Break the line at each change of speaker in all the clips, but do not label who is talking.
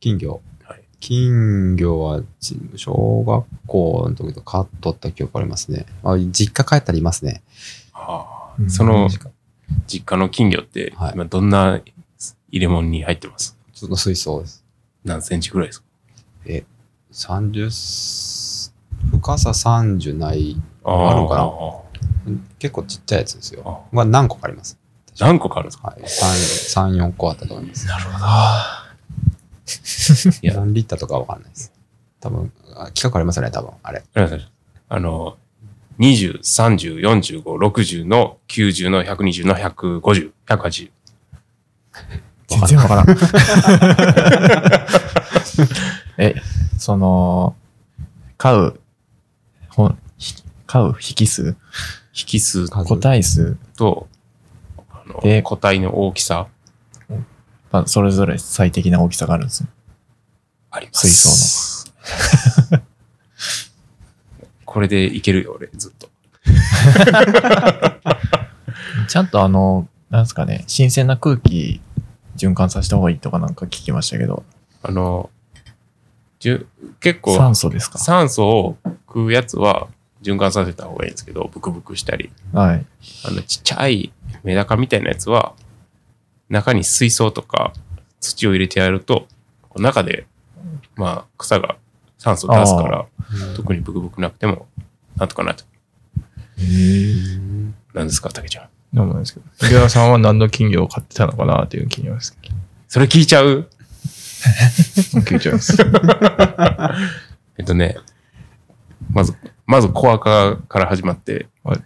金魚。
はい
金魚はち小学校の時とか取った記憶ありますね。あ実家帰ったらいますね。
ああその実家の金魚って
はい、
今どんな入れ物に入ってます
ちょっと水槽です。
何センチぐらいですか
30、深さ30ない、
あ
あるのかな
あ
結構ちっちゃいやつですよ。
あ
まあ何個かあります。
何個かあるんですか
はい、3、3 4個あったと思います。
なるほいや
何リッターとかわかんないです。多分、あ企画ありますよね、多分。あれ。
ど。あの、20、30、45、60の90の120の150、180。
全然わからん。 え、その、買う、ほん、ひ買う引数
引数
数
個体数、
と、あの
で
個体の大きさ
まあ、それぞれ最適な大きさがあるんですね。
あります。
水槽
の。 これでいけるよ、俺、ずっと。
ちゃんとあの、なんですかね、新鮮な空気循環させた方がいいとかなんか聞きましたけど、
あの、じゅ結構、
酸素ですか
酸素を食うやつは循環させた方がいいんですけど、ブクブクしたり、
はい。
あのちっちゃいメダカみたいなやつは、中に水槽とか土を入れてやると、中で、まあ、草が酸素を出すから、特にブクブクなくても、なんとかなると。なんですか、竹ちゃん。
なんもないですけど。池田さんは何の金魚を買ってたのかなっていう気になりますけ
それ聞いちゃう
ど。聞いちゃいます。
えっとね、まず、まずコアカから始まって、
はい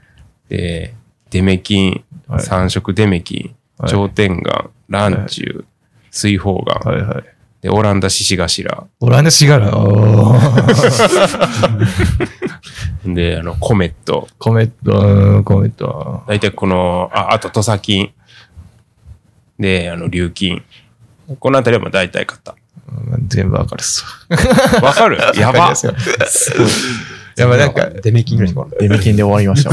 で、デメキン、
はい。
三色デメキン、
はい
頂点眼、ランチュウ、水泡眼、
はいはい。
で、オランダシシガシラ、
オランダシガラ。おー
で、あの、コメット、
コメント、うんコメント。
大体この、あ、あと土佐金、で、あの、琉金。このあたりはもう大体買った。
うん全部わかるっすわ。
わ かるやば
いやばなんか、
デメキンぐらいしかわかんない
デビキンで終わりまし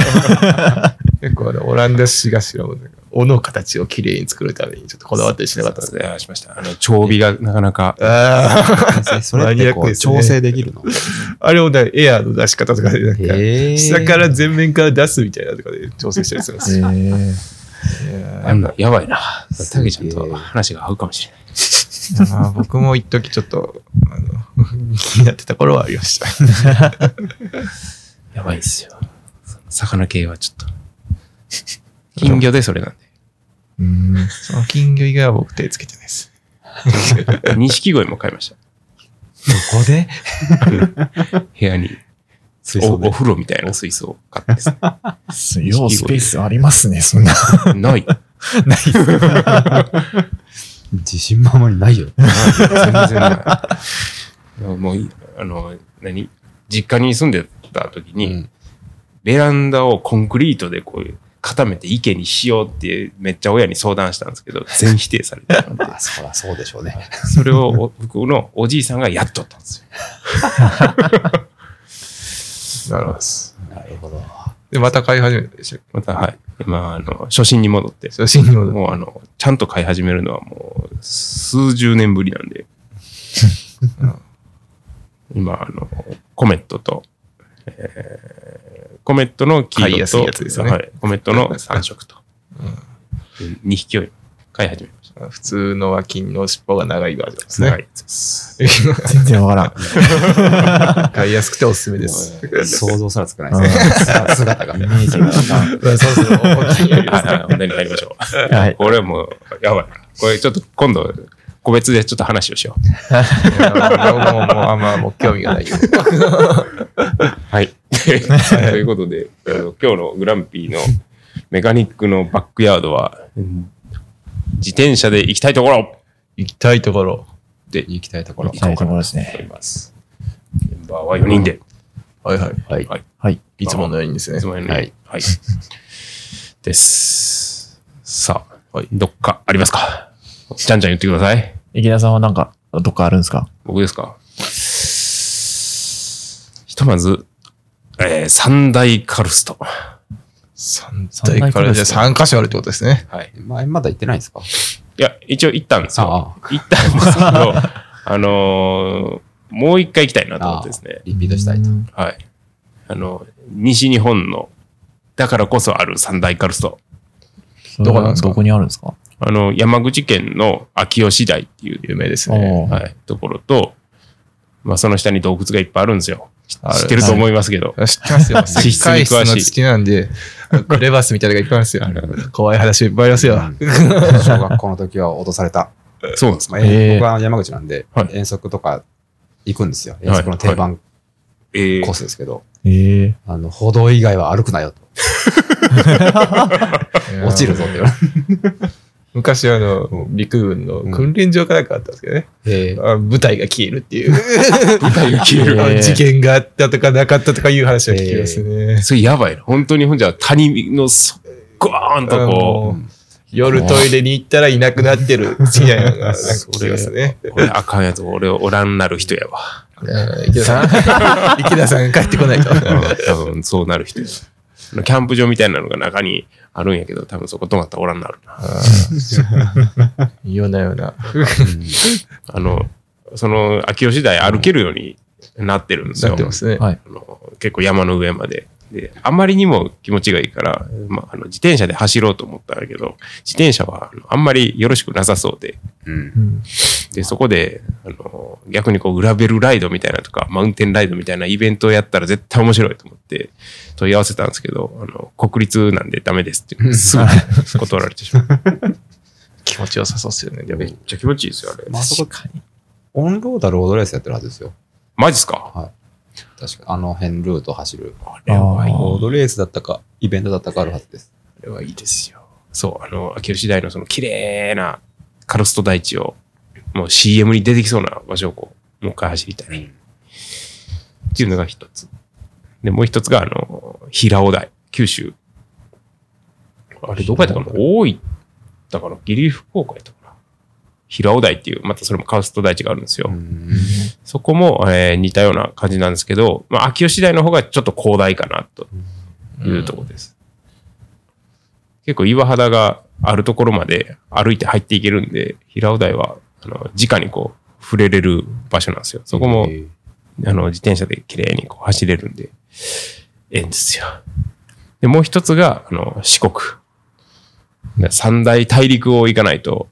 た。
結構あのオランダシガシラもなんか、尾の形をきれいに作るためにちょっとこだわったりしなかったんですね。
いやしました。あの、調味がなかなか、
あ
えそれっ
マニ
て
アッ
こ
ク
う、
ですね
調整できるの
ーあれもね、エアーの出し方とかで、なんか、
へー
下から前面から出すみたいなとかで調整したりするんで すよ。
え
いやー
あのやばいな。たけちゃんと話が合うかもしれない。
まあ僕も一時ちょっとあの 気になってた頃はありました。
やばいんですよ。その魚系は ちょっと。金魚でそれなん
その金魚以外は僕手つけてないです。
で。錦鯉も買いました。
ここで
部屋に
水
お
槽で
お。風呂みたいな水槽を買ってですね
ー、ようスペースありますね、そんな。
ない。
ないっす
自信もあまりないよ。
全 然ない。もうい、あの、何実家に住んでた時
う
に、
ん
ベランダをコンクリートでこう固めて池にしようってめっちゃ親に相談したんです けど、全否定されたので
まあ、そらそうでしょうね。
それをお僕のおじいさんがやっとったんですよ。
なるほど。
なるほど。
で、また買い始めたでしょ。
また、はい。今、あの、初心に戻って、
写真にも。
もうあの、ちゃんと飼い始めるのはもう数十年ぶりなん で、今、あの、コメットと、えーコメットの黄
飼いや
色
すい
と
やつですよね
はい、コメットの3色 と、2匹を飼い始めました。
普通のは金の尻尾が長いバージョンですね。
長いやつです。
全然わからん。
買いやすくておすすめです。
想像すらつかないですね。姿が。イメージが。
まあそうそう。大きいより
はいはい、本題に入りましょ う。
はい
これもう、やばいな。これちょっと今度、個別でちょっと話をしよう。
はもう、もう、もうあんまもう興味がないよ。
はい。ということで、あの今日のグランピーのメカニックのバックヤードは、うん自転車で行きたいところ
行きたいところ。
で
行きたいところ。
行きたいところです
お
ね。
ります。メンバーは4人で、
はいはい。
はい。
はい。
いつものようにですね
いつ。もより
はい。
はい。です。さあ、
はい
どっかありますかちゃんちゃん言ってください。
池田さんはなんか、どっかあるんですか
僕ですかひとまず、えー三大カルスト。
三体からじゃあ三箇所あるってことですね。
はい。
前まだ行ってないんですか
いや、一応行ったんですよ。
ああ、
行ったんですけど、あのーもう一回行きたいなと思ってですね。
リピートしたいと。
うん
はい。あの、西日本の、だからこそある三大カルスト。
それは
どこなんですか
どこにあるんですか
あの、山口県の秋吉台っていう、
有名です
お
ね。
ー
はい、ところと、まあ、その下に洞窟がいっぱいあるんですよ。
あ
知ってると思いますけど。
知ってます よ。
地質
石
に詳しい
灰質の月なんで、レバースみたいなのがいっぱいあるんですよ。怖い話いっぱいありますよ。
うん小学校の時は落とされた。
そうなんです
ま
か
あ
へえ
僕は山口なんで
はい、
遠足とか行くんですよ。遠足の定番
え
コー
ー
スですけど、
ええ。
あの、歩道以外は歩くなよと。落ちるぞって言わ
昔あの、陸軍の訓練場かなんかあったんですけどね。
れて。
あ部隊が消えるっていう、
舞台が消える。
へえ
事件があったとかなかったとかいう話は聞きますね。
それやばいな。本当に、ほんじゃ、谷のそ、ゴーンとこ
あの夜トイレに行ったらいなくなってるみたいなのがなんか聞きますね。
う、これあかんやつ、俺、おらんなる人やわ。
うん池田さん、池田さん帰ってこないと。
多分、そうなる人やそのキャンプ場みたいなのが中にあるんやけど、多分そこ泊まったらおらんなるな。
ようなような。
あの、その、秋吉台歩けるようになってるんです
な
よ。
ってますね。
はい。
あの結構山の上まで。で、あまりにも気持ちがいいから、まあ、あの自転車で走ろうと思ったんだけど、自転車はあのあんまりよろしくなさそうで、
うん
うん
で、そこで、あの、逆にこう、グラベルライドみたいなとか、マウンテンライドみたいなイベントをやったら絶対面白いと思って、問い合わせたんですけど、あの、国立なんでダメですって、すぐ断られ てしまう。
気持ちよさそうっすよね。
いや、めっちゃ気持ちいいですよ、あれ。
まあそこ、
確かに。
オンローダーロードレースやってるはずですよ。
マジっすか
確かあの辺ルート走る。
あれはいい
あー
ロードレースだったか、イベントだったかあるはずです。
あれはいいですよ。そう、あの、秋吉台のその綺麗なカルスト台地を、もう CM に出てきそうな場所をこう、もう一回走りたい。っていうのが一つ。で、もう一つが、あの、平尾台、九州。あれ、どこやったかな大分だから、ギリ福岡やったかな。平尾台っていう、またそれもカルスト台地があるんですよ。
うん
そこも、えー似たような感じなんですけど、まあ、秋吉台の方がちょっと広大かな、というところです。結構岩肌があるところまで歩いて入っていけるんで、平尾台は、あの、直にこう、触れれる場所なんですよ。そこも、
えー
あの、自転車で綺麗にこう走れるんで、ええんですよ。で、もう一つが、あの、四国。三大大陸を行かないと、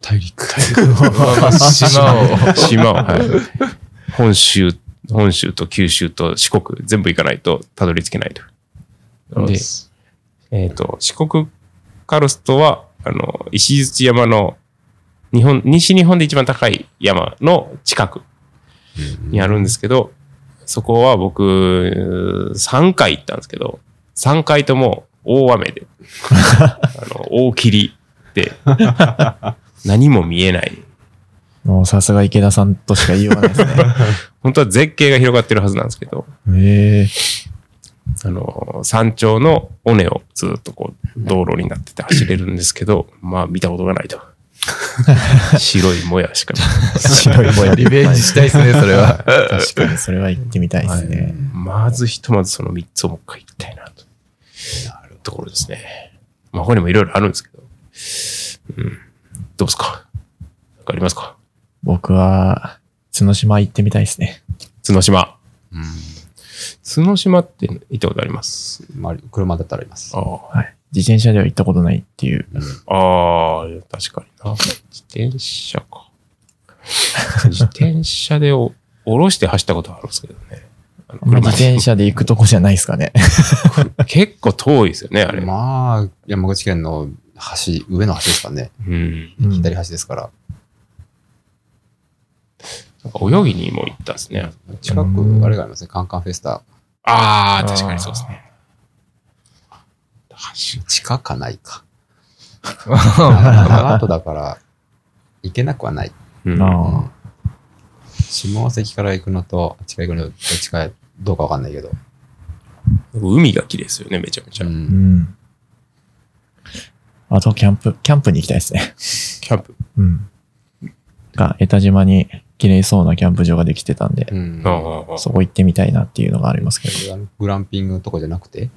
大 陸。
島を。
島を、はい 本州、本州と九州と四国、全部行かないと、たどり着けないと。でえっ、と、四国カルストは、あの、石鎚山の、日本、西日本で一番高い山の近くにあるんですけど、そこは僕、3回行ったんですけど、3回とも大雨 で、あの、大霧で、何も見えない。
もうさすが池田さんとしか言いようがないです ね。
本当は絶景が広がってるはずなんですけど、
ええ。
あの、山頂の尾根をずっとこう、道路になってて走れるんですけど、まあ見たことがない と。白いもやしか
白い声
リベンジしたいですね、それは。
確かに、それは行ってみたいですね。
まずひとまずその3つをもう一回行きたいなと。ところですね。まあ他にもいろいろあるんですけど。うん。どうですかわかりますか
僕は、角島行ってみたいですね。
角島。
うん
角島って行ったことあります
まあ車だったらあります。
あ
はい。自転車では行ったことないっていう。
あー、確かにな。自転車か。 自転車でお下ろして走ったことはあるんですけどね。あの
あんま自
車
転車で行くとこじゃないですかね。
結構遠いですよね、あれ。
まあ、山口県の橋、上の橋ですからね。
うん。
うん
左端ですから。
なんか泳ぎにも行ったんですね。
近
う
く、
ん
あれがありますね。カンカンフェスタ。
ああ、確かにそうですね。
地下かないか。長門だから、行けなくはない。
うん
あ
下関から行くのと、あっちから行くのと、どっちかどうかわかんないけど。
海が綺麗ですよね、めちゃめちゃ。
う
あ。うんん。あと、キャンプ、キャンプに行きたいですね。
キャンプ。
うん。が、江田島に綺麗そうなキャンプ場ができてたんで、
うん
あー
そこ行ってみたいなっていうのがありますけど。
グランピングのとこじゃなくて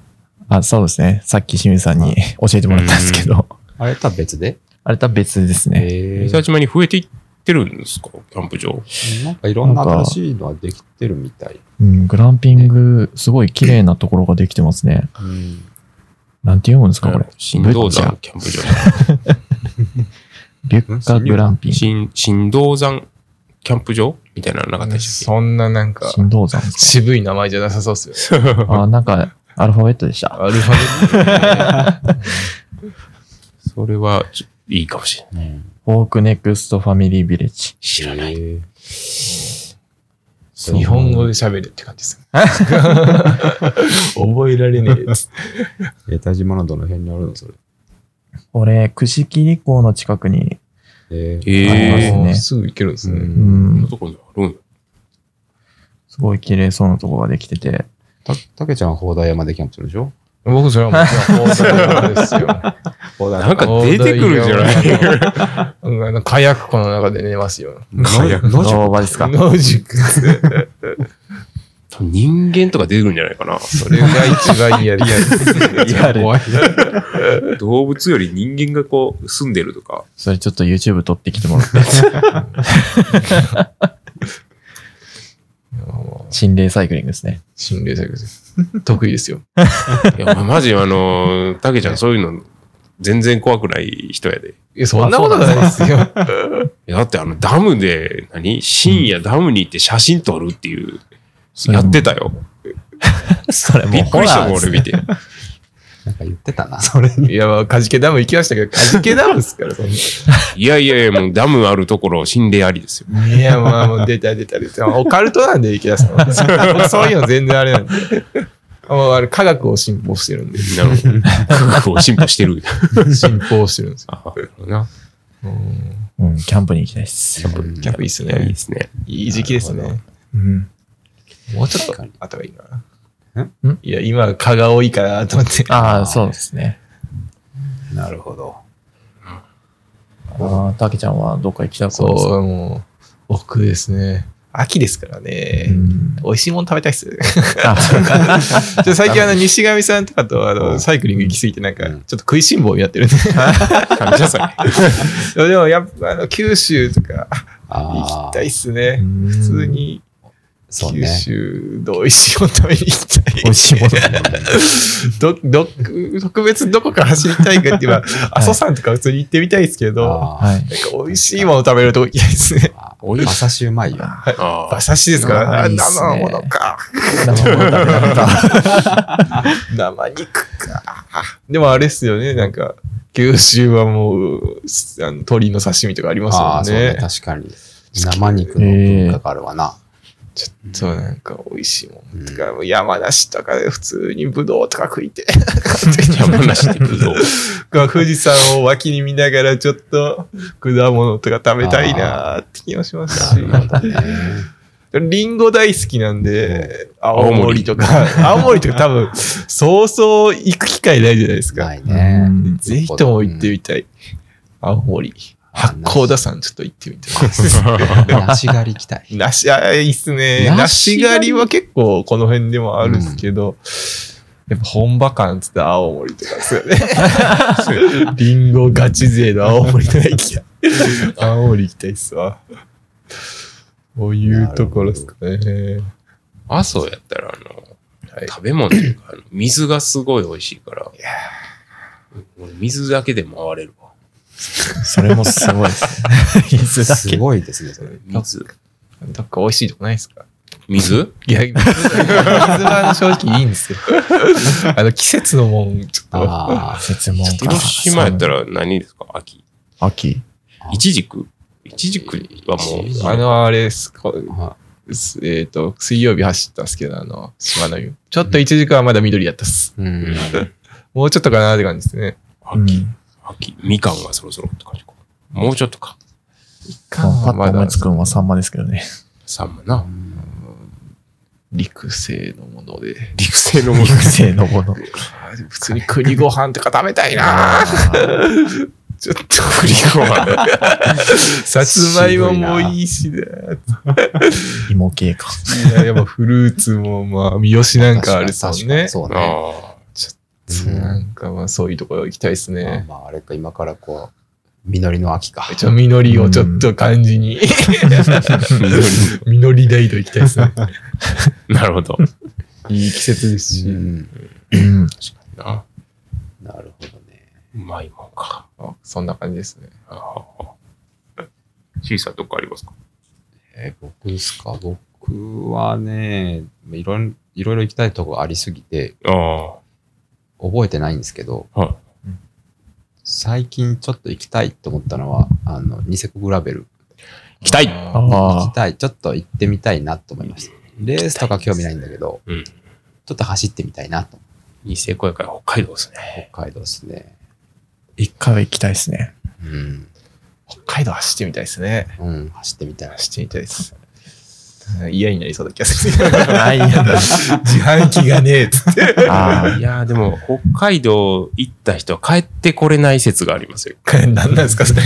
あ、そうですね。さっき清水さんに教えてもらったんですけど。
あれとは別で
あれとは別ですね。
え
三沢島に増えていってるんですかキャンプ場。
なんかいろんな新しいのはできてるみたい。
うん、グランピング、すごい綺麗なところができてますね。
うん
なんて読むんですか、これ。
新道山キャンプ場。
リュッカグランピング。
新、新道山キャンプ場みたいなのなかったでしたっ
そんななんか、
新道山です
渋い名前じゃなさそうっすよ。
け
か。あ、なんか、アルファベットでした。
アルファベット
それはちょいいかもしれない。
フォークネクストファミリービレッジ。
知らない。
え
日本語で喋るって感じですね。覚えられねえ です。
ー江田島のどの辺にあるのそれ。
これ、串切港の近くに、
えー
え
ありますね
すぐ行けるんです
う
ね。
うん
ー。
ん、
どこにあるん
すごい綺麗そうなとこができてて、
たたけちゃんは砲台山でキャンプするでしょ
僕それは もちろん放題ですよ。
砲台
なんか出てくるじゃ ない
ないカヤックの中で寝ますよ。
山
ノ
野宿
ーバ ですか。
野宿。
多分人間とか出てくるんじゃないかな。
それが一番嫌です。
リアル
怖い。
動物より人間がこう住んでるとか。
それちょっと YouTube 撮ってきてもらって。心霊サイクリングですね。
心霊作です。得意です よ。
いや、マジあの、たけちゃんそういうの全然怖くない人やで。い
いや、そんなことないですよ。
やだってあのダムで何、深夜ダムに行って写真撮るっていう、
それ
や
も
ってたよ。
それも
び
う
っく
ホ
りし
ラ
た
ー
もん、
で
俺
す
見
ね。
て。
なんか言ってたな、それに。
いや、まあカジケダム行きましたけど、カジケダムですから、そん
いやいやいや、もうダムあるところ心霊ありですよ。
な。いや、まあ、もう出た出た出た。オカルトなんで行き出すの。僕そういうの全然あれなんで。もうあれ科学を進歩してるんで。
なるほど。科学を進歩してる。
進歩してるんです よ。
あなるほどな。
うん
うん、キャンプに行きたいです。
キャンプいいっす
いやいい
ね
で。すね。
いい時期です
なる
ね。
うん。
もうちょっ
確
と
かに
頭いいな。いや、今、蚊が多いからと思って。
ああ、そうですね。
なるほど。
ああ、たけちゃんはどっか行きたいことですか
そう、もう、奥ですね。秋ですからね。
うん
美味しいもの食べたいっす。
あそうか
ちょ最近あの西上さんとかとあのサイクリング行き過ぎてなんかち
う
ょ
ん
っと食いしん坊になってるね。
感謝祭。
でもやっぱあの九州とか行
ああ
きたい、っすね。
うん
普通に
そう
九
ね。
州の美味しいもの食べに行きたい。
美味しいもの。
ど、ど、特別どこか走りたいかって言えば、阿蘇山とか普通に行ってみたいですけど、
あー
はい。
なんか美味しいもの食べるとこ行きたいですね。
あー。馬刺しうまいよ。
あ
馬刺しですから、
あ
あ
いいっすね
生ものか。
生もの食べたかった。
生肉か。でもあれっすよね、なんか、九州はもう、あの鶏の刺身とかあります
ああー、そう
よ
ね。
ね。
確かに。生肉の文化があるわな。
ちょっとなんか美味しいもんとか、もう山梨とかで普通にブドウとか食いて、
あ。山梨で ぶどう。
富士山を脇に見ながらちょっと果物とか食べたいなーって気がしますし、
なるほどね。
リンゴ大好きなんで、青森とか、青森とか多分、そうそう行く機会ないじゃないですか
な。いね。
うん
ぜひとも行ってみたい。青森。八甲田山ちょっと行ってみたい。
梨狩り行き たい。
梨、あ、いいっすね。
梨狩
梨
り
狩りは結構この辺でもあるんですけど、やっぱ本場感っつって青森とかですよね。 リンゴガチ勢の青森とか行き たい。青森行きたいっすわ。こういうところですかね。
阿蘇やったら、あの、
はい
食べ物というか、あの水がすごい美味しいから、俺水だけで回れるわ。
それもすごいですね。 水だ
す
け。
ごいですね、それ。
水
どっか美味しいとこないですか
水
いや、水は正直いい んですよ。あの、季節のもん、ちょっと。
あ
説問か。
広島やったら何ですか秋。
秋。
いちじくいちじくはも
いちじく
う、
あの、あれです、こ
あ。
すえっ、と、水曜日走ったんですけど、あの、島の湯。ちょっと一時間はまだ緑やったっす。
うん。
もうちょっとかなって感じですね。
秋、秋、みかんがそろそろって感じか。もうちょっとか。
パッと
ま
思
だ
いつくんはサンマですけどね。
サンマな。
陸製のもので。
陸製のも
肉
の。
製のもの。
あーでも普通に栗ご飯とか食べたいなーちょっと栗ご飯。 さつまいももいいしね。
芋系か。
いや、やっぱフルーツも、まあ、三好なんかあるっすもん
確か
ね
に。そうね。
ああ。
うん
なんかまあ、そういうところ行きたいです
まあ
ね。
まあ、あれか、今からこう、実りの秋か。
ちょ、実りをちょっと感じに、実り大道行きたいですね。
なるほど。
いい季節で
う
すし。
ん。
うん。
な
なるほどね。
うまいもんか。
あそんな感じですね。
ああシーサーとかありますか
えー僕ですか僕はね、いろんいろいろ行きたいとこありすぎて、
あ
覚えてないんですけど、
はい
うん
最近ちょっと行きたいと思ったのは、あの、ニセコグラベル。
期待
あ
行
あ
きたい。ちょっと行ってみたいなと思いました。レースとか興味ないんだけど、
うん
ちょっと走ってみたいなと。
ニセコやから北海道ですね。
北海道ですね。
あ、一回は行きたいですね。
うん。
北海道走ってみたいですね。
うん、走ってみたい。
走ってみたいです。うん嫌になりそうな 気がする。
ないやだ。
自販機がねえっつって。
あ
いやーでも、北海道行った人は帰ってこれない説があります よ。
何なんですか、それ。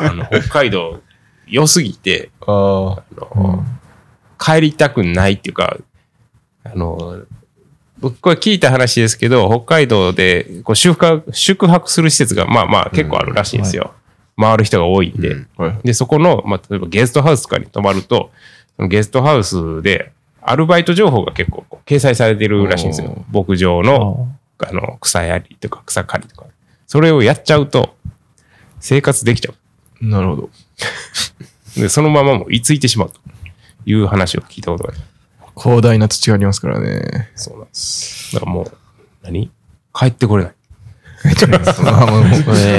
あの、北海道良すぎて、
あ
あの
あ。うん
帰りたくないっていうか、あの、僕これ聞いた話ですけど、北海道でこう宿泊宿泊する施設がまあまあ結構あるらしいんですよ。回る人が多いんで。
うん
あ。
で、そこの、まあ、例えばゲストハウスとかに泊まると、そのゲストハウスでアルバイト情報が結構こう掲載されてるらしいんですよ。牧場のあの、草やりとか草刈りとか、それをやっちゃうと、生活できちゃ
なるほど。
う。で、そのままもう居ついてしまうという話を聞いたことがある。
広大な土がありますからね。
そうなんです。だからもう、何帰ってこれない。
まあもう
れ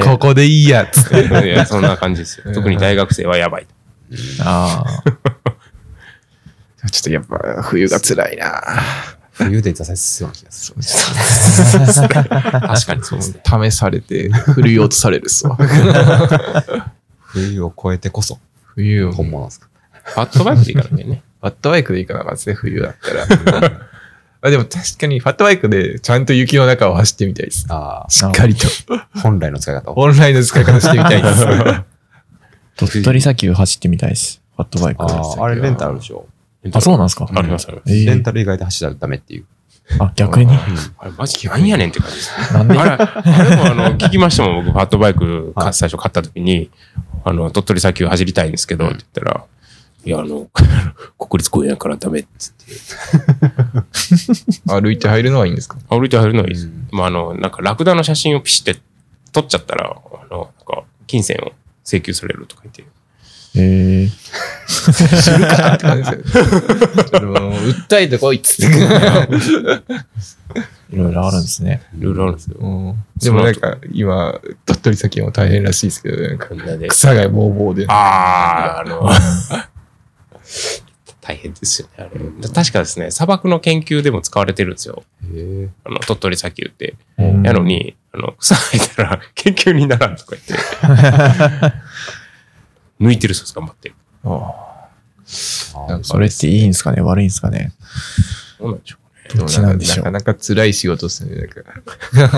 ここでいいやっつって。
いや、そんな感じ ですよ。特に大学生はやばい。
ああ。
ちょっとやっぱ冬が辛いな。
冬で挫折すような気がする。
確かにそうですね。
試されて、振り落とされるっす わ。
冬を越えてこそ、
冬を。
本物ですか。
ファットバイクで行かなきゃね。
ファットバイクで行かなかったですね、冬だったら。 あでも確かにファットバイクでちゃんと雪の中を走ってみたいです。
あ
しっかりと。
あ、本来の使い方を。
オンラインの使い方してみたいです。
鳥取砂丘走ってみたいです。ファットバイク。
あ
あ、
ーあれレンタルでしょ。
そうなんですか
ありますあります。
ええ
レンタル以外で走ったらダメっていう。
あ、逆に
あれ、マジなんやねんって感じです。
なんで
あれ、あれもあの、聞きましたもん、僕、ファットバイクか、最初買った時に、あの、鳥取砂丘走りたいんですけど、って言ったら、いや、あの、 国立公園やからダメっつって。
歩いて入るのはいいんですか
歩いて入るのはいいです。
うん
まあ、あの、なんか、ラクダの写真をピシって撮っちゃったら、あの、なんか、金銭を請求されるとか言って。
ええ。
知るかって感じですよね。それも訴えてこいっつっ て。
いろいろあるんですね。
いろいろあるんですよ。
うんでもなんか今、鳥取砂丘も大変らしいですけど、なんか
こんなで。
草がぼうぼうで。
ああ、あの、 大変ですよね、あれ。確かですね、砂漠の研究でも使われてるんですよ。
へえ。
あの、鳥取砂丘って。
うん
やのに、あの、草生えたら 研究にならんとか 言って。抜いてるそうです、頑張って。
あ
あ
なん
ー
か
それっていいんですかね悪いんですかね
そうなんでしょうね。
でも
ちなんでしょ
な
う
かなか辛い仕事ですね。なんか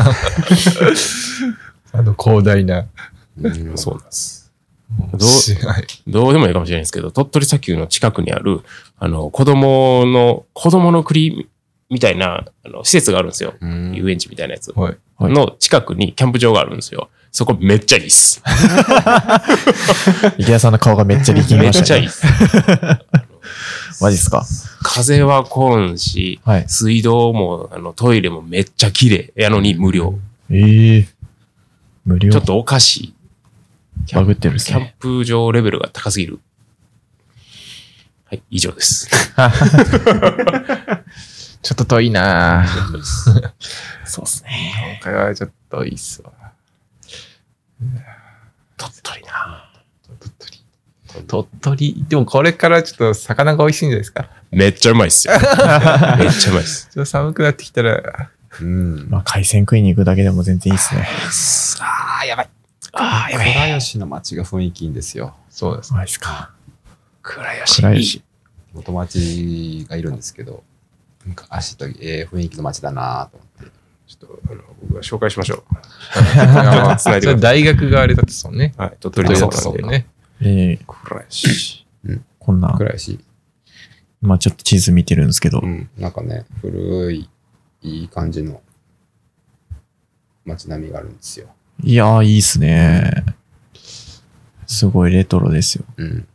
あの広大な。
うん
そうなんです。
どはい
どうでもいいかもしれないですけど、鳥取砂丘の近くにある、あの、子供の、子供の栗みたいな、あの、施設があるんですよ。
うん
遊園地みたいなやつ。
はい。
はい
の近くにキャンプ場があるんですよ。そこめっちゃいいっす。
池田さんの顔がめっちゃ力み
めっ
ましたね。
ちゃいいっす。
マジっすか
風は来んし、
はい。
水道も、あの、トイレもめっちゃ綺麗。やのに無料。
ええ。無料。
ちょっとおかしい。
バグってるんです
キャン
ね。
プ場レベルが高すぎる。はい、以上です。
ちょっと遠いなぁ
そうですね。
今回はちょっといいっすわ。
鳥取な
鳥取。鳥取。でもこれからちょっと魚が美味しいんじゃないですか。
めっちゃうまいっす よ。めっちゃうまいっす。
ちょっと寒くなってきたら、
うん。
まあ、海鮮食いに行くだけでも全然いいですね。
あー、やばい。あー、やばい。
倉吉の街が雰囲気いいんですよ。
そう です。
マジっすか。
倉吉。
暗いし。
お友達がいるんですけど、なんか足と、ええ雰囲気の街だなぁと思って。
ちょっと、あの、僕が紹介しましょ
あ
繋いでください
それ大学があれだったそうね。
う。はい、鳥
鳥
取
取だ
そ
っ
う
た
そ
ん
う
で。ね。
ええ、
倉吉。
こんな
倉吉。
まあちょっと地図見てるんですけど
う、ん。
なんかね、古い、いい感じの街並みがあるんですよ。
いやー、いいっすね。すごいレトロですよ。
うん。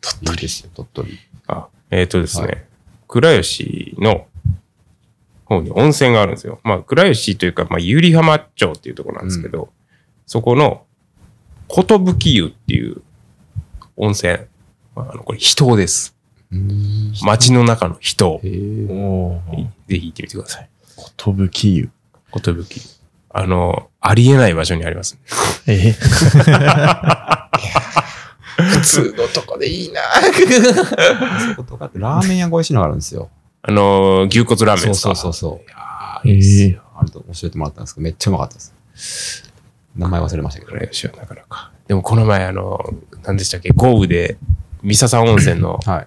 鳥取ですよ、鳥取。
あ、えっ、とですね、
は
倉吉の方に温泉があるんですよ。まあ、倉吉というか、まあ、百合浜町っていうところなんですけど、そこの、寿湯っていう温泉。まあ、あの、これ、人です。
うん。
町の中の人
へ。え。
おー
ぜひ行ってみてください。
ことぶきゆ。
寿湯。あの、ありえない場所にあります。
え
普通のとこでいいな
ラーメン屋ご一緒のがあるんですよ。
あの、牛骨ラーメン
そうそ
ですか。
うそうそう。
えー
あれと教えてもらったんですけど、めっちゃうまかったです。名前忘れましたけど。
倉吉はなかなか。でも、この前、あの、何でしたっけ、豪雨で、三笹温泉の、
はい。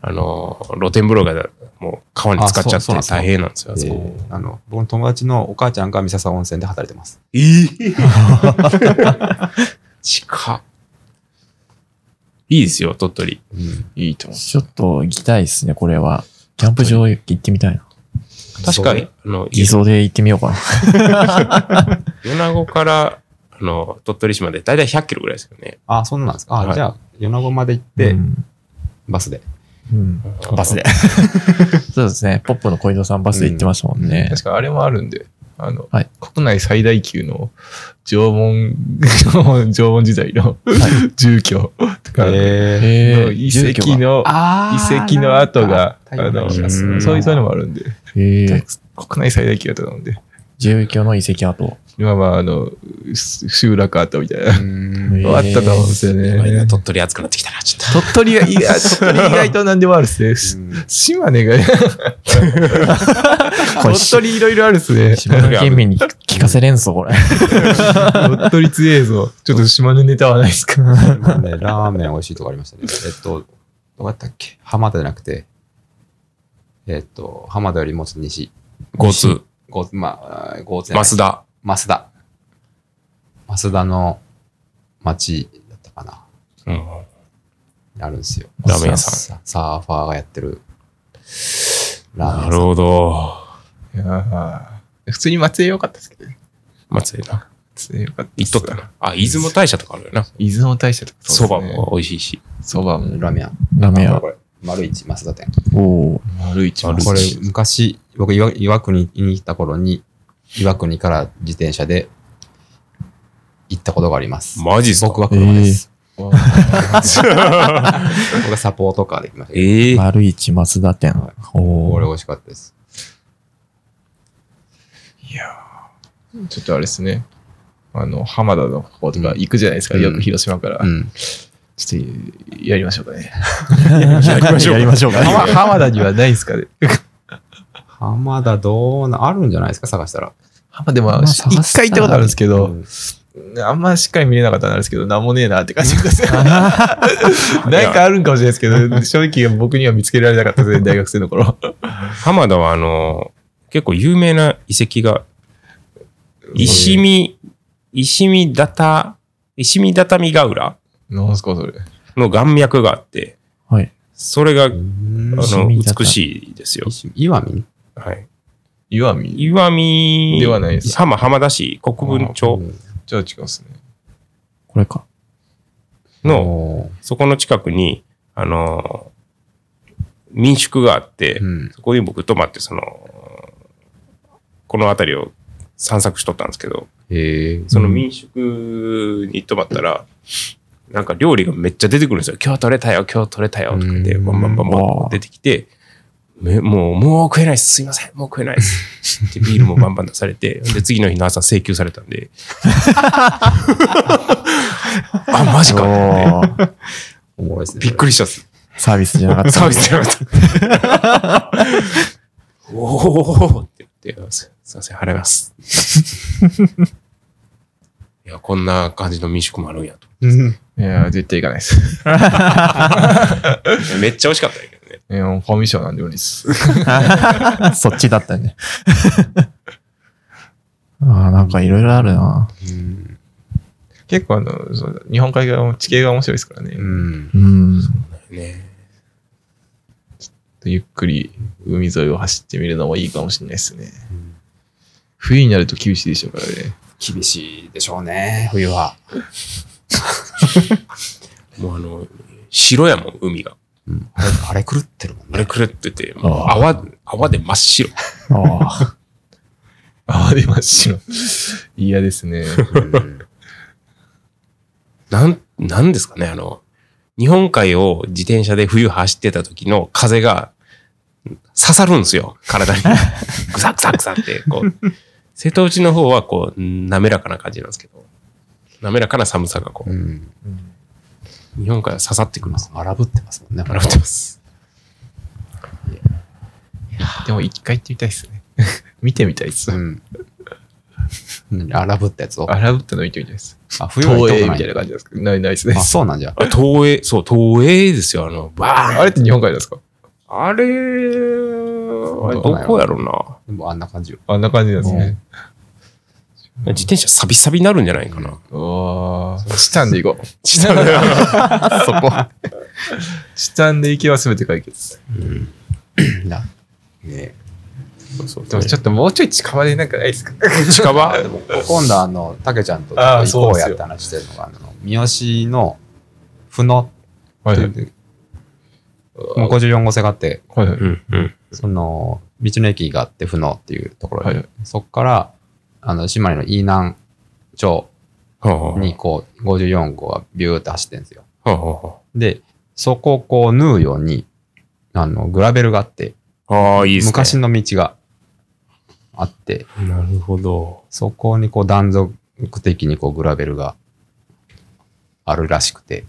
あの、露天風呂がもう川に浸かっちゃ
あそうそうなん
っ
で
て
すよ
大変なんですよ。あそ
え
こ
ーあの、僕の友達のお母ちゃんが三笹温泉で働いてます。
えー、 近っいいですよ、鳥取。
うん。
いいと思
ちょっと行きたいですね、これは。キャンプ場行ってみたいな。
確かに、あの、
偽装で行ってみようかな。
米子から、あの、鳥取市まで大体100キロぐらいですよね。
あ、そんなんですか。あ、
はい
じゃあ、米子まで行って、
で、うん
バスで。
バスで。そうですね。ポップの小井戸さんバスで行ってましたもん
う。
ね。
確かあれもあるんで、あの、
はい
国内最大級の縄文、縄文時代の 住居とか、
え
へー
の遺
住居
跡
が
の、
あ
遺跡の跡が、あ
太陽の
の、
話
そう
がす
い
る
うそういうのもあるんで、
へー
国内最大級だったので、
住居の遺跡跡。
今はあの、集落跡みたいな、
うん
へー
あったと思うんですよ
やばいな
ね。
鳥取暑くなってきたな、ちょっ
鳥取が、い や、鳥取意外と何でもあるっすね。島根が、
これ
鳥取いろいろあるっすね。
島根県民に聞かせれんぞ、これ。
鳥取強えぞ。ちょっと島根ネタはないっすか
まあねラーメン美味しいとこありましたね。えっと、どこだったっけ浜田じゃなくて、えっと、浜田よりもうちょっと西。
と。交通、
ゴーまあ、ゴーツ
増田。
増田。増田の町だったかな。
うん
あるんですよ。
ラーメン屋さん
ササーファーがやってる。ラーメン
な
屋
る
さん。
ほど。
いやー普通に松江良かったっすけどね。
松江な。
松江良かった
行っとった
な。
な。あ、出雲大社とかあるよな。
出雲大社とか
そば、
うですね
も美味しいし。
そばも。
ラーメン屋。
ラメ
あ
は
こ。れ丸一増田店。
おー
丸一丸
これ昔、僕岩、岩国に来た頃に、岩国から自転車で行ったことがあります。
マジっすか
僕は車です。
え
僕はサポートカーで行きましたけど。
え ー。
丸一松田店。お
これ
ー
美味しかったです。
ちょっとあれですね。あの、浜田の方とか行くじゃないですか。
うん
よく広島から。
うん。
ちょっとやりましょうかね。
やりましょう
やりましょうか。
浜浜田にはないですかね。
浜田どうな、あるんじゃないですか探したら。
浜でも、
まあ探
一
したら
回行ったことあるんですけ
う
ど、
ん
あんましっかり見れなかったんですけど、なんもねえなって感じがする。なんかあるんかもしれないですけど、正直僕には見つけられなかったですね、大学生の頃。
浜田は、あの、結構有名な遺跡が石見、石見畳、石見畳ヶ浦
なんすか、それ。
の岩脈があって、
はい。
それが、あ
石
の、
見畳
美しいですよ。
石岩見
はい。
岩見
岩見、
ではないです
浜、浜田市、国分町
じゃあ違うっすね。
これか。
の、
の、
そこの近くに、あの、民宿があって、
うん。
そこに僕泊まって、その、この辺りを散策しとったんですけど、
へえ。
その民宿に泊まったら、なんか料理がめっちゃ出てくるんですよ。今日取れたよ、今日取れたよ、とか言って、
うん
バンバンバンバ
わ
ン
あ
出てきて、めもう、もう食えないです。すいません。もう食えないです。で、ビールもバンバン出されて、で、次の日の朝請求された んで。あ、マジかと思って。
お
おー
もろいですね。
びっくりしたっす。
サービスじゃなかった。
サービスじゃなかった。おおって言って、すいません、払います。いや、こんな感じの民宿もあるんやと。
り。うん
いやー、絶対行かないです。
めっちゃ美味しかったんやけどね。
いや、もうコミュ障なんで無理です。
そっちだったね。あーなんかいろいろあるな。
うん。
結構あの、そう日本海側も地形が面白いですからね。
うん。
うん。
ね
ゆっくり海沿いを走ってみるのもいいかもしれないですね。冬になると厳しいでしょうからね。
厳しいでしょうね、冬は。
もうあの、白やもん、海が。
うん、あれあれ狂ってるもんね。
あれ狂ってて、もう
あ
泡、泡で真っ白。
ああ。
ああ、出ましろ。嫌ですね。
うん
なん、なんですかね、あの、日本海を自転車で冬走ってた時の風が刺さるんですよ、体に。ぐさぐさぐさって、こう。瀬戸内の方は、こう、滑らかな感じなんですけど、滑らかな寒さがこ
う
う、
ん。
日本海は刺さってくるんです。
荒ぶってますもんね。
笑ってます。
でも一回行ってみたいですね。 見てみたいです
う。ん。何荒ぶったやつを。
アラブっての見てみたいです。
あ、冬は行
東
ったこ
映
とな。
みたいない感じなんですかないないですね
あ、。そうなんじゃ。
あれ東映、そう、東映ですよ、あの、バーン
あれって日本海なんですか
あれ、あれどこやろな。
でもあんな感じよ。
あんな感じなんですね。
自転車サビサビになるんじゃないかな。
うわーチタンで行こう。
ちなみに
そ こ。
チタンで行けば全て解決。
な。ね
でもちょっともうちょい近場でなんかないですか
近場
今度あの、たけちゃんと
あー
行こうやって話してるのが、あの、三好の、ふの
は
っていう、もう54号線があって、
はいはい。
うんうん。
その、道の駅があって、ふのっていうところで、
はいはい
そこから、あの、島根の飯南町
はあはあ
に、こう、54号がビューって走ってるんですよ。
はあは
で、そこをこう、縫うように、あの、グラベルがあって、
あああ、いいですね。
昔の道があって、
なるほど。
そこにこう断続的にこうグラベルがあるらしくて、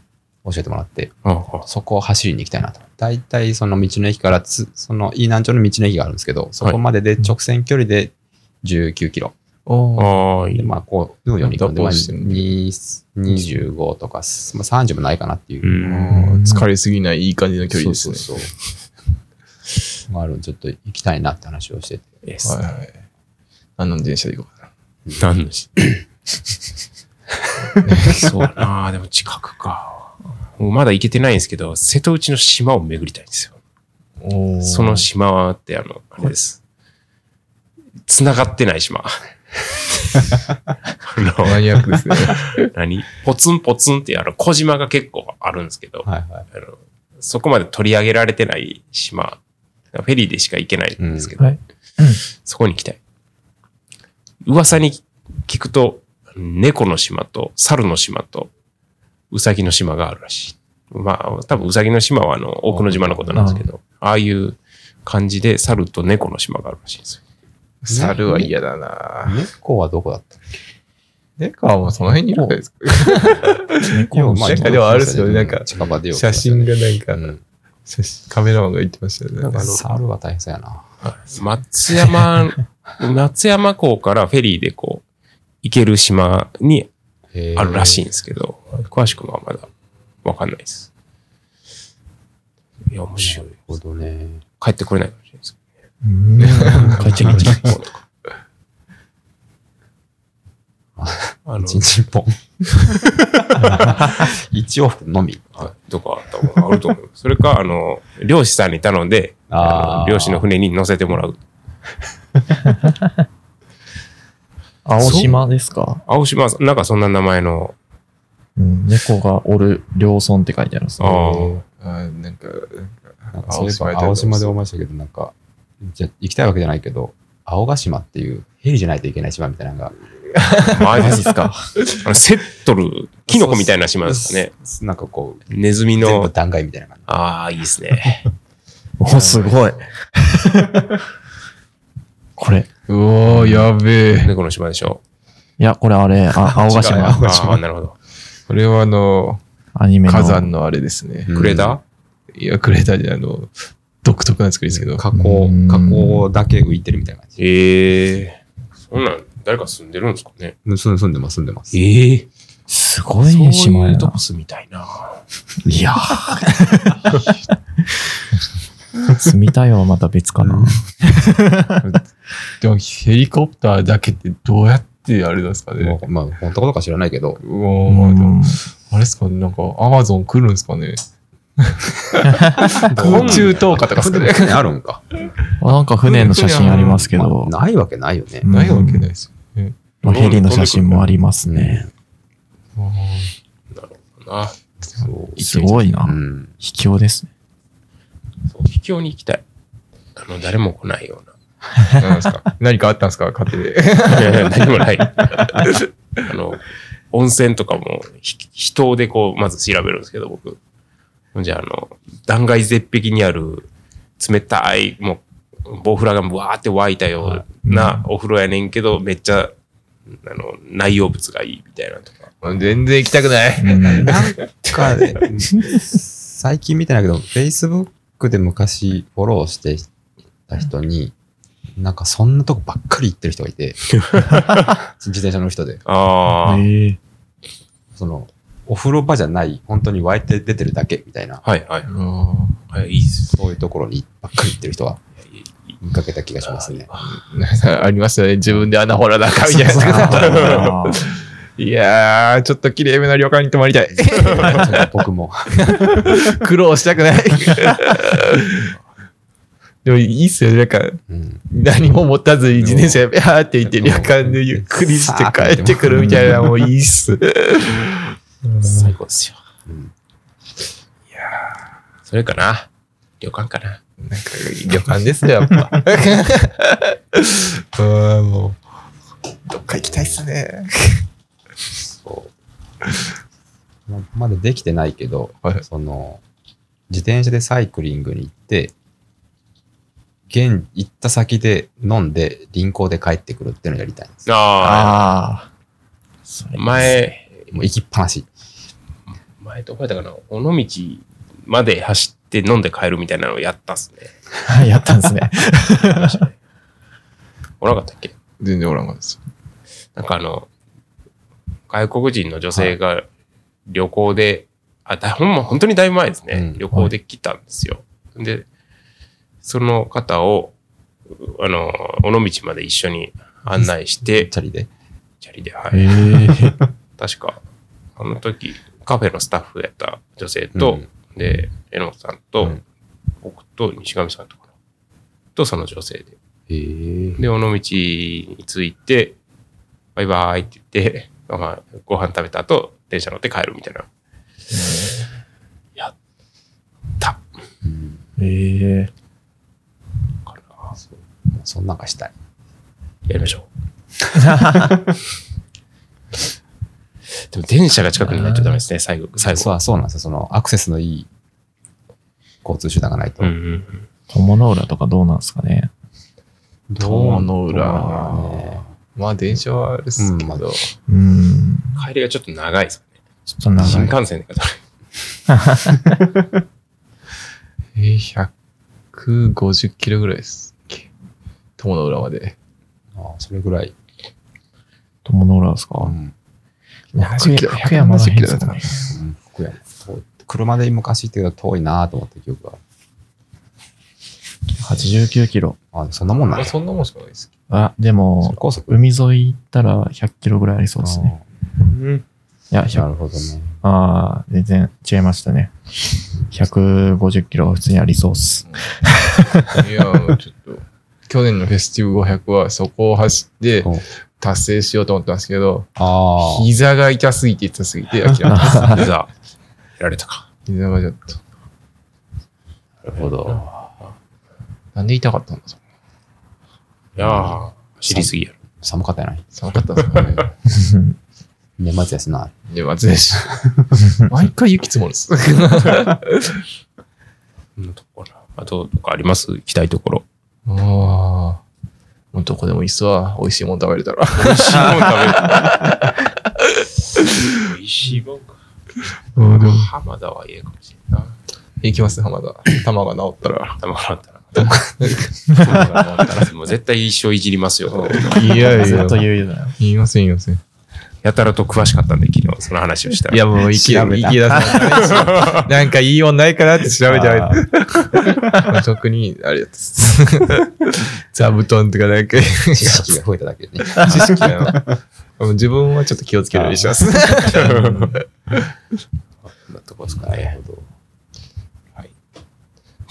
教えてもらって、
はあは
そこを走りに行きたいなと。大体その道の駅からつ、その飯南町の道の駅があるんですけど、そこまでで直線距離で19キロ。
お
あ
ー
ああ、い
で、
い。
まあこう、縫うように行くので、まあ、
ダボしてるね
に25とか、まあ、30もないかなっていうう。
ん。
うん疲れすぎないいい感じの距離ですね。
そうそうそう。 まあ、あるちょっと行きたいなって話をしてて。
です
はいはい。あの自転車で行こうか
何のし。 そうだなあ、でも近くか。もうまだ行けてないんですけど、瀬戸内の島を巡りたいんですよ。
な。おー
その島はあって、あの、あれです。繋がってな い島。あ
マ
の、
ニアックですね。
何ポツンポツンっていうあの、小島が結構あるんですけど、
はいはい。
あのそこまで取り上げられてない島、フェリーでしか行けないんですけど、
うんはい
そこに行きたい。噂に聞くと、猫の島と猿の島とウサギの島があるらしい。まあ、多分ウサギの島はあの、奥の島のことなんですけど、ああいう感じで猿と猫の島があるらしいんですよ。
猿は嫌だな。
猫はどこだった
猫はもうその辺にいるんじゃないですか。
今
なんかでもあれですよねなんか
近場でよ
写真がなんか
う、ん
写真カメラマンが言ってましたよね。
なんか
あの
猿は大変そうやな。
松山、松山港からフェリーでこう、行ける島にあるらしいんですけど、詳しくはまだわかんないです。いや、面白い。
ほどね。
帰ってこれないかもしれないです。
うん。
帰っちゃいけないとか。あの
一、日 一本。一往復のみ。
あどこあった方があると思う。それか、あの、漁師さんに頼んで、
あー
あの漁師の船に乗せてもらう。
青島ですか
青島、なんかそんな名前の、
うん。猫がおる両村って書いてあるんです
あ
よ。
ー
あーなんか、
なんかそう
青
いえ
島
ば青島で思いましたけど、なんか、じゃ行きたいわけじゃないけど、青ヶ島っていうヘリじゃないといけない島みたいなのが、
マジですか。 あのセットル、キノコみたいな島ですかね。
すなんかこう、
ネズミ
全部
の、
断崖みたいな感じ。
ああ、いいですね。
お、すごい。これ。いう
おー、やべえ。
猫の島でしょ。
や、これあれ、あ青ヶ
違う
島
青
あ
ヶ島
あー、なるほど。
これはあの、
アニメの。
火山のあれですね。
クレダ
いや、クレーターであの、独特な作りですけど。
河口
う、ん
河口だけ浮いてるみたいな感じ。
ええそんなん、誰か住んでるんですかね。
住ん住んでます、住んでます。
ええ
すごい島やな。
住みたいな。
いやー住みたいはまた別かな。
でも、ヘリコプターだけってどうやってあれなんですかね
も。うまあ、本当ことか知らないけど、
うおー、まあでも、あれですかね、なんか、アマゾン来るんですかね。空中投下とかっすかね。
船 あるんか。
あなんか船の写真ありますけど。
まあないわけないよね。
ないわけないですよね。
のヘリの写真もありますね。
なるほどな。
そう
すごいな
う。ん。
卑怯ですね。
そう秘境に行きたい。あの、誰も来ないような。
なんですか何かあったんですか家庭で。
何もない。あの、温泉とかも、ひ人でこう、まず調べるんですけど、僕。じゃあ、あの、断崖絶壁にある、冷たい、もう、ボウフラがわーって湧いたようなお風呂やねんけど、めっちゃ、あの、内容物がいいみたいなとか。
全然行きたくない。
うん
なんかね、最近見てないけど、Facebook で昔フォローしてた人に、なんかそんなとこばっかり行ってる人がい て、自転車の人で、
ああ、
ええ
その、お風呂場じゃない、本当に湧いて出てるだけみたいな、
はいはい。
な
はい、いいっす。
そういうところにばっかり行ってる人は見かけた気がします ね。
んかありますよね。自分で穴掘らなあかんみたい
そうそう
な。
あー
いやー、ちょっと綺麗めな旅館に泊まりたい。
それ僕も。
苦労したく ない。でもいいっすよね。なんか、
うん
何も持たずに自転車でビャーって行って旅館でゆっくりして帰ってくるみたいな、もういいっす。
最高ですよ。
うん
それかな。旅館かな。
なんか旅館ですよ、やっぱ。 うん、もう。どっか行きたいっすね。
そうままだできてないけど、
はい
その自転車でサイクリングに行って現行った先で飲んで臨行で帰ってくるっていうのをやりたいんですよ
ああ、
あー。それ
前、
もう行きっぱなし
前どこやったかな尾道まで走って飲んで帰るみたいなのをやったっすね。
はい やったんですね。
おらなかったっけ
全然おらんかったです。
なんかあの、外国人の女性が旅行で、あ、だほんま、本当にだいぶ前ですね。
うん
旅行で来たんですよ。で、その方を、あの、尾道まで一緒に案内して、
チャリで
チャリで、はい。
ええ
確か、あの時、カフェのスタッフやった女性と、
うん
で、榎本さんと、
うん
僕と西上さんとかなと、その女性で。
へえ
で、尾道に着いて、バイバイって言って、まあ、ご飯食べた後、電車乗って帰るみたいな。やった
うん
ええ
かな。
もうそんなんがしたい
やりましょ う。でも電車が近くにないとダメですね、最後。最後。
そうそうなんですよそのアクセスのいい交通手段がないと、
うんうんうん。
友の浦とかどうなんですかね。
友の浦
友のね
まあ、電車はあれっすけ
うんまあ
ど。
うん。
帰りがちょっと長いですね。
ちょっと
新
長い。
幹線で帰った
えー、150キロぐらいですっけ。友の浦まで。
ああそれぐらい、
友の浦ですか、
うん
福
70キロ
山福山らへんですかね。
うん福山遠い車で昔行ったけど遠いなと思った記憶が
89キロ。
あそんなもんなん
まあ、
や
そんなもんしかないです。
あ、で
それ
も、
高速
海沿い行ったら100キロぐらいありそうですね。
うん。
いや、
ああな
100
るほどね
ああ、全然違いましたね。150キロは普通にありそうっす。
いや、ちょっと。去年のフェスティブ500はそこを走って
うん
達成しようと思ったんですけど、
ああ。
膝が痛すぎて痛すぎて諦めた。
ん です。膝、やられたか。
膝がちょっと。
なるほど。
なんで痛かったんだろう
いやー、知りすぎやろ。
寒かったやない。
寒かったですかね。
年末やしな。
で、松江 市。毎回雪積もるっす。
そんなとこかなあと、とかあります行きたいところ。
ああ。もうどこでもいいっすわ。美味しいもん食べれたら。
美味しいもん食べる。美味しいもんか。浜田はええかもしれんな。
行きます、浜田。玉が治ったら。
頭洗ったら。頭洗ったらもう絶対一生いじりますよ。
いや
ずっと言うよ。
言いません、言いません。
やたらと詳しかったんで、昨日その話をしたら。
いや、もう、池
調べた
池田さんから。なんかいいもんないかなって調べてあげた。特に、あれやつ。座布団とかなんか、
知識が増えただけでね。
知識が。もう自分はちょっと気をつけるようにします。
そんなとこですかね。
ほど。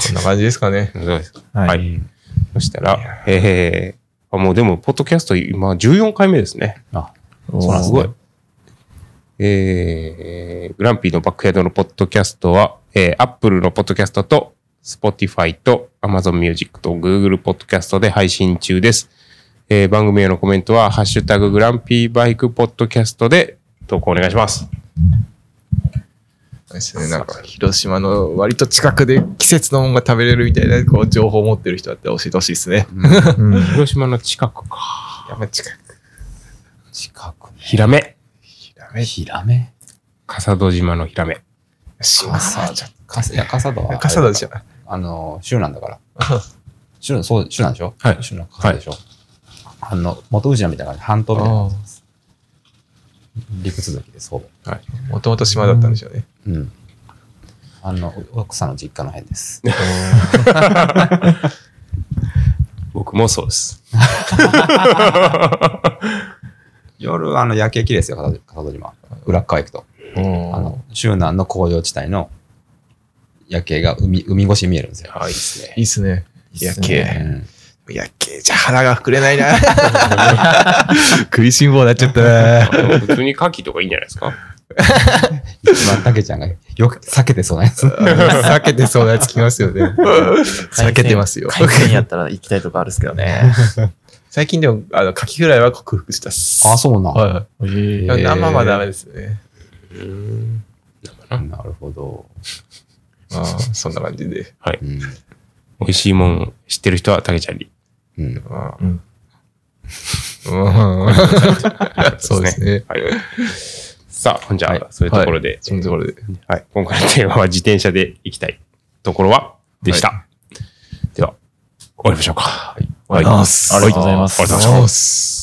こんな感じですかね。
そうです。
はい。
そしたら、えー、あもうでも、ポッドキャスト今14回目ですね。
そうなんですす
ご
ね
い。えー、グランピーのバックヤードのポッドキャストは、えー、Apple のポッドキャストと、Spotify と Amazon Music と Google ポッドキャストで配信中です。えー、番組へのコメントは、ハッシュタググランピーバイクポッドキャストで投稿お願いします。
あれですよねなんか広島の割と近くで季節のものが食べれるみたいなこう情報を持ってる人だったら教えてほしいですね。
うん
広島の近くか。
やっぱ近く。
近くね。
ヒラメ。
ダメ。
ヒラメ
笠戸島のヒラメ。
島さんじゃ
かすいや、笠戸はあれ
ん。
だ。
笠田じゃん。
あの、州なんだから。 州、そう、州なんでしょ
はい
州の笠でしょ、あの、元宇品みたいな感じ、半島みたいな感じです。陸続きです、ほぼ。
もともと島だったんでしょうね。
うん。あの、奥さんの実家の辺 です。
僕もそうです。
夜、あの、夜景綺麗ですよ、笠戸笠戸島。裏っ側行くと。
うん
あの、周南の工場地帯の夜景が海海越しに見えるんですよ。
あいいですね。
いいっすね。夜
う
景。
ん、
夜景じゃ腹が膨れないな。食いしん坊になっちゃったな。
普通に牡蠣とかいいんじゃないですか
一番たけちゃんがよく避けてそうなやつ。
避けてそうなやつきますよね。避けてますよ。
海鮮やったら行きたいとこあるっすけどね。
最近でも、あの、カキフライは克服したっす。
あ、そうなん。
は
え
い。
ー
へー
生はダメですね。
うん。
なるほど。
あーそんな感じで。
うん。
美味しいもん知ってる人は、たけちゃんに。
うん。
まあ
うん
うんそうですね。
はい。さあ、ほんじゃあ、
はい
そういうところで、
そのところで。
はい。今回のテーマは自転車で行きたいところは、でした。では、終わりましょうか。はい。
ありがとうございます。
ありがとうございます
ありがとうございます。